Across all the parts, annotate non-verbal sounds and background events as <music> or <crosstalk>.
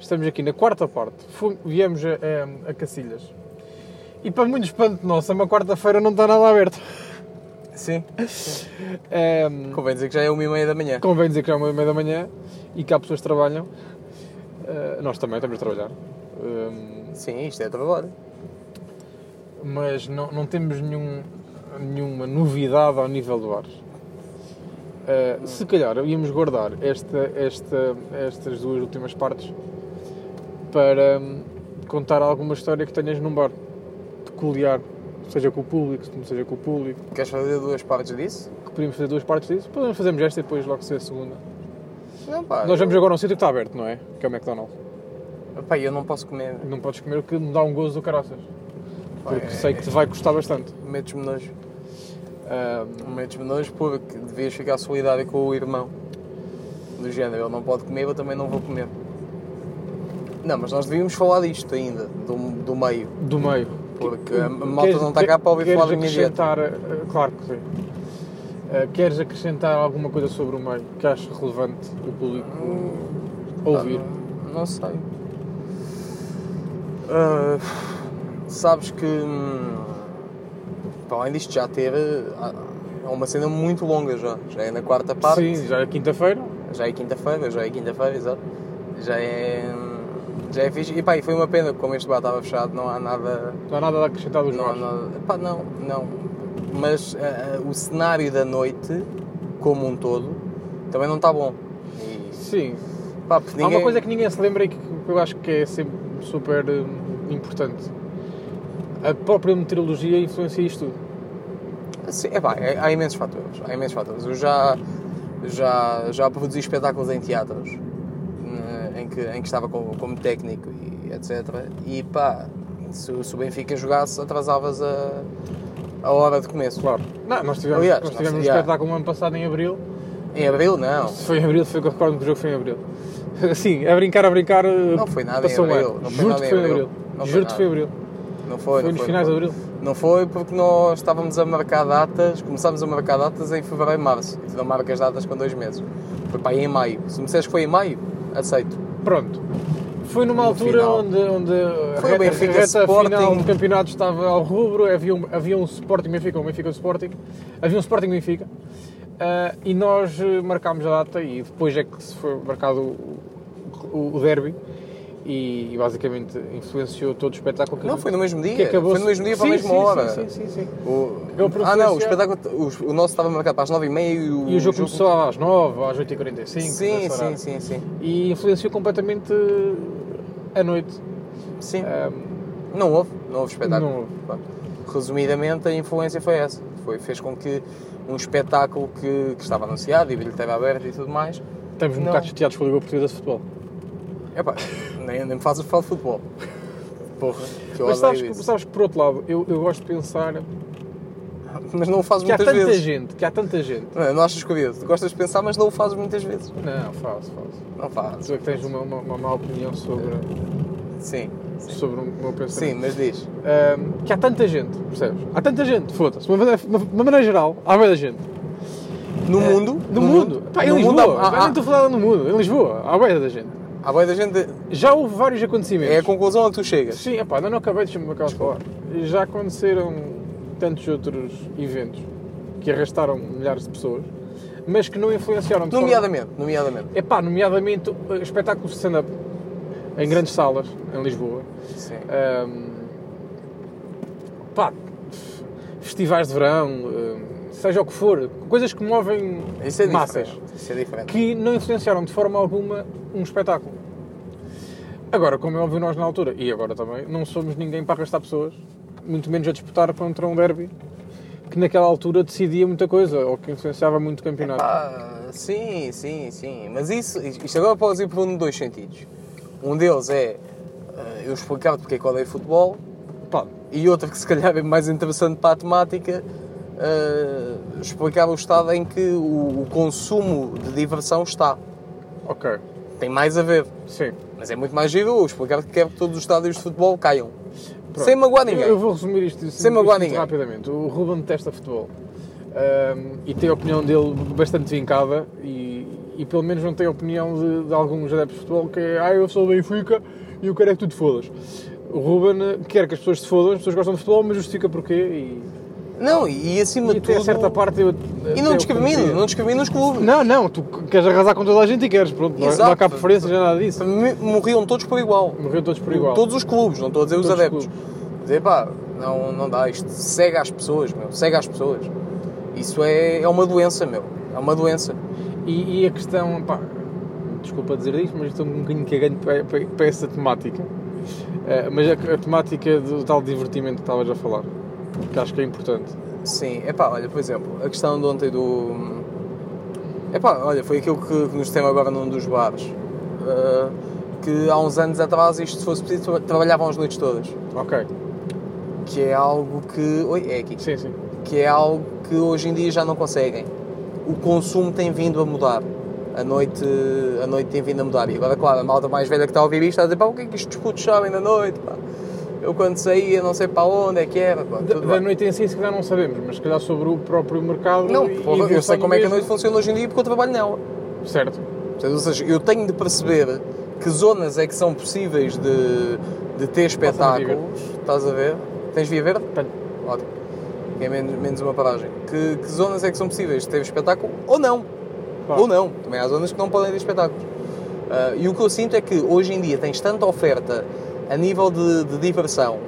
Estamos aqui na quarta parte. Fomos, viemos a, a, a Cacilhas. E para muito espanto nosso, é uma quarta-feira não está nada aberto. Sim. Ehm, Convém dizer que já é uma e meia da manhã. convém dizer que já é uma e meia da manhã e que há pessoas que trabalham. Eh, nós também estamos a trabalhar. Ehm, Sim, isto é trabalho. mas não, não temos nenhum- nenhuma novidade ao nível do ar. Eh, se calhar íamos guardar esta, esta- estas duas últimas partes para hum, contar alguma história que tenhas num bar peculiar, seja com o público, se não seja com o público. Queres fazer duas partes disso? Que podíamos fazer duas partes disso, podemos fazermos esta e depois logo ser a segunda. Não, pá. Nós vamos Ah, eu, agora a um sítio que está aberto, não é? Que é o McDonald's. Pá, eu não posso comer. Não podes comer o que me dá um gozo do caraças. Pá, Porque é- sei que te vai custar bastante. Metes-me nojo. Hum, Metes-me Ah, nojo porque devias ficar solidário com o irmão. Do género, ele não pode comer, eu também não vou comer. Não, mas nós devíamos falar disto ainda, do, do meio. do meio. Porque a malta não está cá para ouvir queres falar da minha dieta. acrescentar, eh, Claro que sim. Eh, queres acrescentar alguma coisa sobre o meio que aches relevante o público ouvir? Pá, Não, não sei. Ah, sabes que. hum, Para além disto, já ter. ah, É uma cena muito longa já. Já é na quarta parte. Sim, já é quinta-feira. Já é quinta-feira, já é quinta-feira, exato. Já é. hum, Já é fixe. E pá, e foi uma pena, como este bar estava fechado, não há nada. Não há nada a acrescentar dos Não, há nós. nada- pá, não, não. Mas ah, ah, o cenário da noite, como um todo, também não está bom. E, Sim. pá, porque Há ninguém... uma coisa que ninguém se lembra e que que eu acho que é sempre super eh, importante. A própria meteorologia influencia isto tudo. Sim, epá, é- há imensos fatores. Há imensos fatores. Eu já, já, já produzi espetáculos em teatros né, em que, em que estava como, como técnico e etc. E pá, se, se o Benfica jogasse, atrasavas a, a hora de começo. Claro. Não, nós tivemos, Aliás, nós nós- tivemos um yeah. espetáculo no ano passado em abril. Em abril, não. Se foi em abril, foi que eu recordo que o jogo foi em abril. <laughs> Sim, a brincar, a brincar. eh, Não foi nada em passou um abril, ano. não foi Juro nada que em foi em abril. abril. Não foi Juro que foi em nada. abril. Não foi, Foi não nos foi, finais de não foi. abril. Não foi porque nós estávamos a marcar datas, começámos a marcar datas em fevereiro e março. E tu não marcas datas com dois meses. Foi pá, aí em maio. Se me disseres que foi em maio, aceito. Pronto. Foi numa No altura final. onde, onde a Foi o reta, a Benfica reta Sporting. final do campeonato estava ao rubro, havia um, havia um Sporting Benfica, um Benfica Sporting, havia um Sporting Benfica, ah, e nós eh, marcámos a data e depois é que se foi marcado o, o- o derby e, e basicamente influenciou todo o espetáculo. que- Não, foi no mesmo dia. que acabou Foi no mesmo dia para a Sim, mesma sim, hora. Sim, sim, sim. sim. O- Acabou por Ah não, o influenciar. espetáculo, o, o nosso estava marcado para as 9h30 e o, E o jogo começou às 9, às 8h45. Sim, nessa sim, hora. sim, sim. E influenciou completamente a noite. Sim. Ah, Não houve, não houve espetáculo. Não houve. Pronto. Resumidamente, a influência foi essa. Foi, fez com que um espetáculo que, que estava anunciado e bilheteira aberta e tudo mais. Estamos um Não. bocado chateados com a Liga Portuguesa de Futebol. Epá, nem, nem me fazes falar de futebol. Porra, que eu Mas sabes, odeio que- isso. sabes que, por outro lado, eu, eu gosto de pensar Mas não o fazes que há muitas tanta vezes. gente, que há tanta gente. Não, não achas curioso? Gostas de pensar, mas não o fazes muitas vezes. Não, faço, faço. Não fazes. Tu é que tens uma, uma, uma má opinião sobre, Sim, sobre o meu sim, pensamento. mas diz. Ahm, que há tanta gente, percebes? Há tanta gente, foda-se. De uma maneira, de uma maneira geral, há muita gente. No mundo? É, No, mundo. Pá, em no Lisboa. mundo há, Pá, há, Nem estou a falar no mundo. Em Lisboa, há muita da gente. há, há bué da gente. Já houve vários acontecimentos. É a conclusão a que tu chegas. Sim, epá, ainda não acabei, deixa-me acabar de falar. Já aconteceram tantos outros eventos que arrastaram milhares de pessoas, mas que não influenciaram de forma... Nomeadamente, nomeadamente. Epá, nomeadamente eh, espetáculos de stand-up em grandes salas, em Lisboa. Sim. Ahm, pá, f- festivais de verão, ahm, seja o que for, coisas que movem Isso é diferente. massas Isso é diferente. que não influenciaram de forma alguma um espetáculo. Agora, como é óbvio, nós na altura, e agora também, não somos ninguém para arrastar pessoas, muito menos a disputar contra um derby que naquela altura decidia muita coisa ou que influenciava muito o campeonato. Ah, sim, sim, sim. Mas isso, isto agora podes ir por um de dois sentidos. Um deles é ah, eu explicar-te porque é que odeio futebol Pá, e outro que se calhar é mais interessante para a temática ah, explicar o estado em que o, o consumo de diversão está. ok, Tem mais a ver. sim. Mas é muito mais giro eu explicar-te que quero que todos os estádios de futebol caiam. Sem magoar ninguém. Eu, eu vou resumir isto, isto Sem magoar muito ninguém. rapidamente. O Ruben detesta futebol. um, e tem a opinião dele bastante vincada e, e pelo menos não tem a opinião de, de alguns adeptos de futebol que é ah, eu sou o Benfica e eu quero é que tu te fodas. O Ruben quer que as pessoas se fodam, as pessoas gostam de futebol, mas justifica porquê e, Não, e e acima de até a tudo. certa parte eu, E até não eu discrimino, compreendo. não discrimino os clubes. Não, não, tu queres arrasar com toda a gente e queres, pronto, não, não há cá Exato. preferências, não é nada disso. Me- Morriam todos por igual. Morreram todos por igual. Todos os clubes, não estou a dizer os Todos os adeptos. Quer Dizer, pá, não, não dá, isto cega às pessoas, meu, cega às pessoas. Isso é, é uma doença, meu, é uma doença. E, e a questão, pá, desculpa dizer isto, mas estou um bocadinho cagando para, para, para essa temática. Eh, mas a, a temática do tal divertimento que estavas a falar, que acho que é importante. Sim, é pá, olha, por exemplo, a questão de ontem do. É pá, olha, foi aquilo que, que nos tem agora num dos bares. Ah, que há uns anos atrás, isto se fosse preciso, tra- trabalhavam as noites todas. Ok, Que é algo que. Oi, é aqui. sim, sim. que é algo que hoje em dia já não conseguem. O consumo tem vindo a mudar. A noite, a noite tem vindo a mudar. E agora, claro, a malta mais velha que está a ouvir isto está a dizer: pá, o que é que estes putos sabem da noite? Pá? Eu quando saía, não sei para onde é que era. Pá, Da, tudo da bem. noite em si, se calhar não sabemos, mas se calhar sobre o próprio mercado. Não, e- e porra, eu evolução sei do como é que a noite mesmo. funciona hoje em dia porque eu trabalho nela. Certo, Portanto, Ou seja, eu tenho de perceber que zonas é que são possíveis de, de ter espetáculos. Estás a ver? Tens via verde? Tenho. Ótimo. Que é menos, menos uma paragem. Que, que zonas é que são possíveis de ter espetáculo ou não? Claro. Ou não. Também há zonas que não podem ter espetáculos. Ah, e o que eu sinto é que hoje em dia tens tanta oferta a nível de, de diversão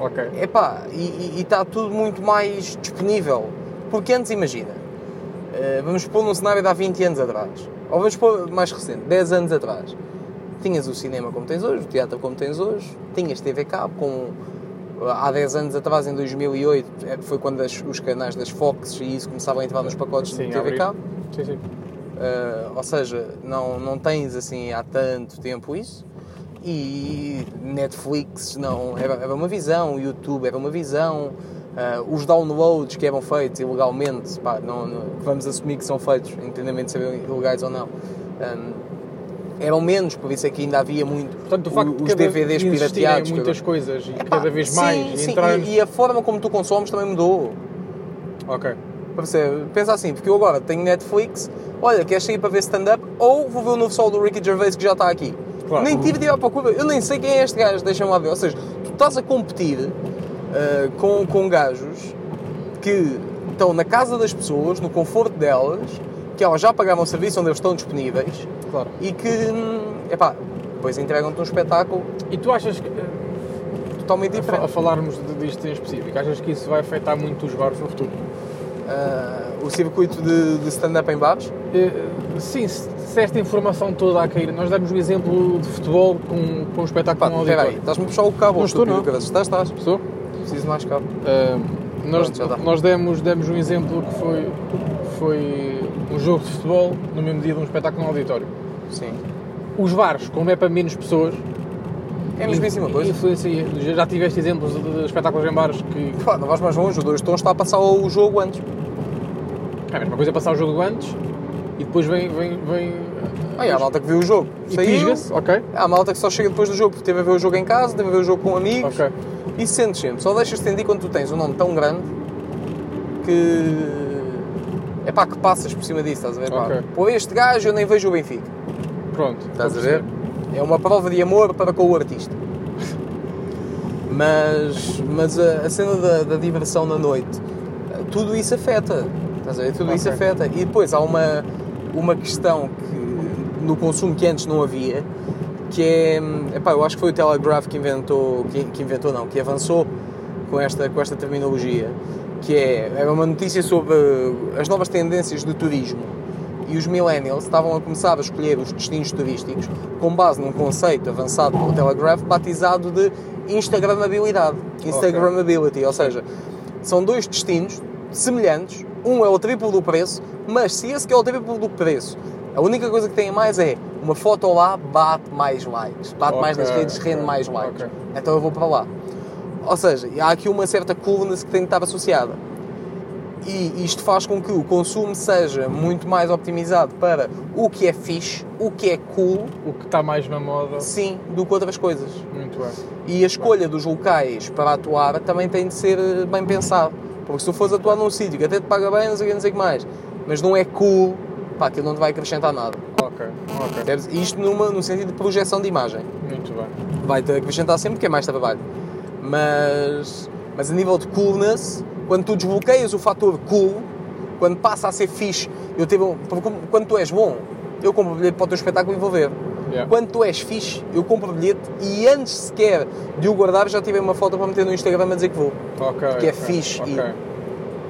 ok. Epá, e- e e está tudo muito mais disponível. Porque antes, imagina, eh, vamos pôr num cenário de há 20 anos atrás, ou vamos pôr mais recente, 10 anos atrás. Tinhas o cinema como tens hoje, o teatro como tens hoje, tinhas TV Cabo, como há 10 anos atrás, em 2008, eh, foi quando as- os canais das Fox e isso começavam a entrar nos pacotes de TV abri. Cabo. Sim, sim. Uh, ou seja, não, não tens assim há tanto tempo isso. E Netflix não, era, era uma visão, YouTube era uma visão, uh, os downloads que eram feitos ilegalmente, pá, não, não- vamos assumir que são feitos, independente de serem ilegais ou não, um, eram menos, por isso é que ainda havia muito Portanto, o facto o- de os cada- DVDs de existirem pirateados. que muitas agora- coisas e Pá, cada vez sim, mais sim, entrar. e, e a forma como tu consomes também mudou. Ok, Percebe? Pensa assim, porque eu agora tenho Netflix, olha, queres sair para ver stand-up ou vou ver o novo sol do Ricky Gervais que já está aqui. Claro. Nem tive de ir à procura, eu nem sei quem é este gajo, deixa-me lá ver. Ou seja, tu estás a competir ah, com, com gajos que estão na casa das pessoas, no conforto delas, que elas já pagaram o serviço onde eles estão disponíveis claro. e que, hum, epá, depois entregam-te um espetáculo E tu achas que. totalmente A, fa- a diferente. falarmos de- disto em específico, achas que isso vai afetar muito os bares no futuro? Ah, o circuito de, de stand-up em bares? Eh, Sim, se se esta informação toda a cair, nós damos o exemplo de futebol com, com um Pá, espetáculo com um espera aí, auditório. estás-me a puxar o cabo, Não estou, estúpido, não. caralho. Estás, estás. Pessoa? Preciso de mais cabo. Eh, nós Pronto, já dá. nós demos, demos um exemplo que foi, foi um jogo de futebol no mesmo dia de um espetáculo no auditório. Sim. Os bares, como é para menos pessoas, É a mesmíssima coisa. influencia. Já- Já tiveste exemplos de, de espetáculos em bares que. Pá, não vais mais longe, o dois tons está a passar o jogo antes. É a mesma coisa é passar o jogo antes e depois vem. vem, vem Aí há a malta que viu o jogo. e Saiu. pisga-se, ok? Há a malta que só chega depois do jogo, porque teve a ver o jogo em casa, teve a ver o jogo com amigos. Ok. E sentes sempre, só deixas de sentir quando tu tens um nome tão grande que. É pá, que passas por cima disso, estás a ver? Pá, Ok. Pô, este gajo eu nem vejo o Benfica. Pronto. Estás a ver? É uma prova de amor para com o artista. Mas, mas a, a cena da, da diversão na noite, eh, tudo isso afeta. Estás a ver? Tudo isso Ok. afeta. E depois há uma, uma questão que no consumo que antes não havia, que é. hum, Epá, eu acho que foi o Telegraph que inventou, que, que inventou não, que avançou com esta, com esta terminologia, que é era uma notícia sobre eh, as novas tendências do turismo e os millennials estavam a começar a escolher os destinos turísticos com base num conceito avançado pelo Telegraph batizado de Instagramabilidade. Instagramability, ou seja, são dois destinos semelhantes, um é o triplo do preço, mas se esse que é o triplo do preço, a única coisa que tem a mais é uma foto lá bate mais likes, bate mais nas Ok, redes, rende ok, mais likes. ok. Então eu vou para lá. Ou seja, há aqui uma certa coolness que tem de estar associada. E isto faz com que o consumo seja muito mais optimizado para o que é fixe, o que é cool, O que está mais na moda. sim, do que outras coisas. Muito bem. E a escolha dos locais para atuar também tem de ser eh, bem pensado. Porque se tu fores atuar num sítio que até te paga bem, não sei o que, não sei o que mais, mas não é cool, pá, aquilo não te vai acrescentar nada. Ok, ok. Percebes? Isto numa, no sentido de projeção de imagem. Muito bem. Vai-te acrescentar sempre que é mais trabalho. Mas, mas a nível de coolness, quando tu desbloqueias o fator cool, quando passa a ser fixe, eu tive um, porque quando tu és bom, eu compro bilhete para o teu espetáculo e vou ver. Yeah. Quando tu és fixe, eu compro bilhete e antes sequer de o guardar já tive uma foto para meter no Instagram a dizer que vou. Ok. Porque é ok, fixe ok. e-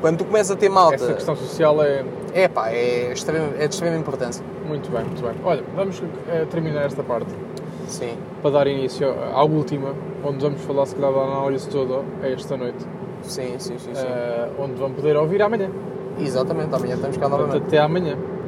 Quando tu começas a ter malta, Essa questão social é é pá, é, extrema- é de extrema importância. muito bem, muito bem. Olha, vamos eh, terminar esta parte Sim. para dar início à última, onde vamos falar se calhar da análise toda a esta noite, Sim, sim, sim, sim. eh, onde vão poder ouvir amanhã. Exatamente, amanhã estamos cá Portanto, novamente. até amanhã.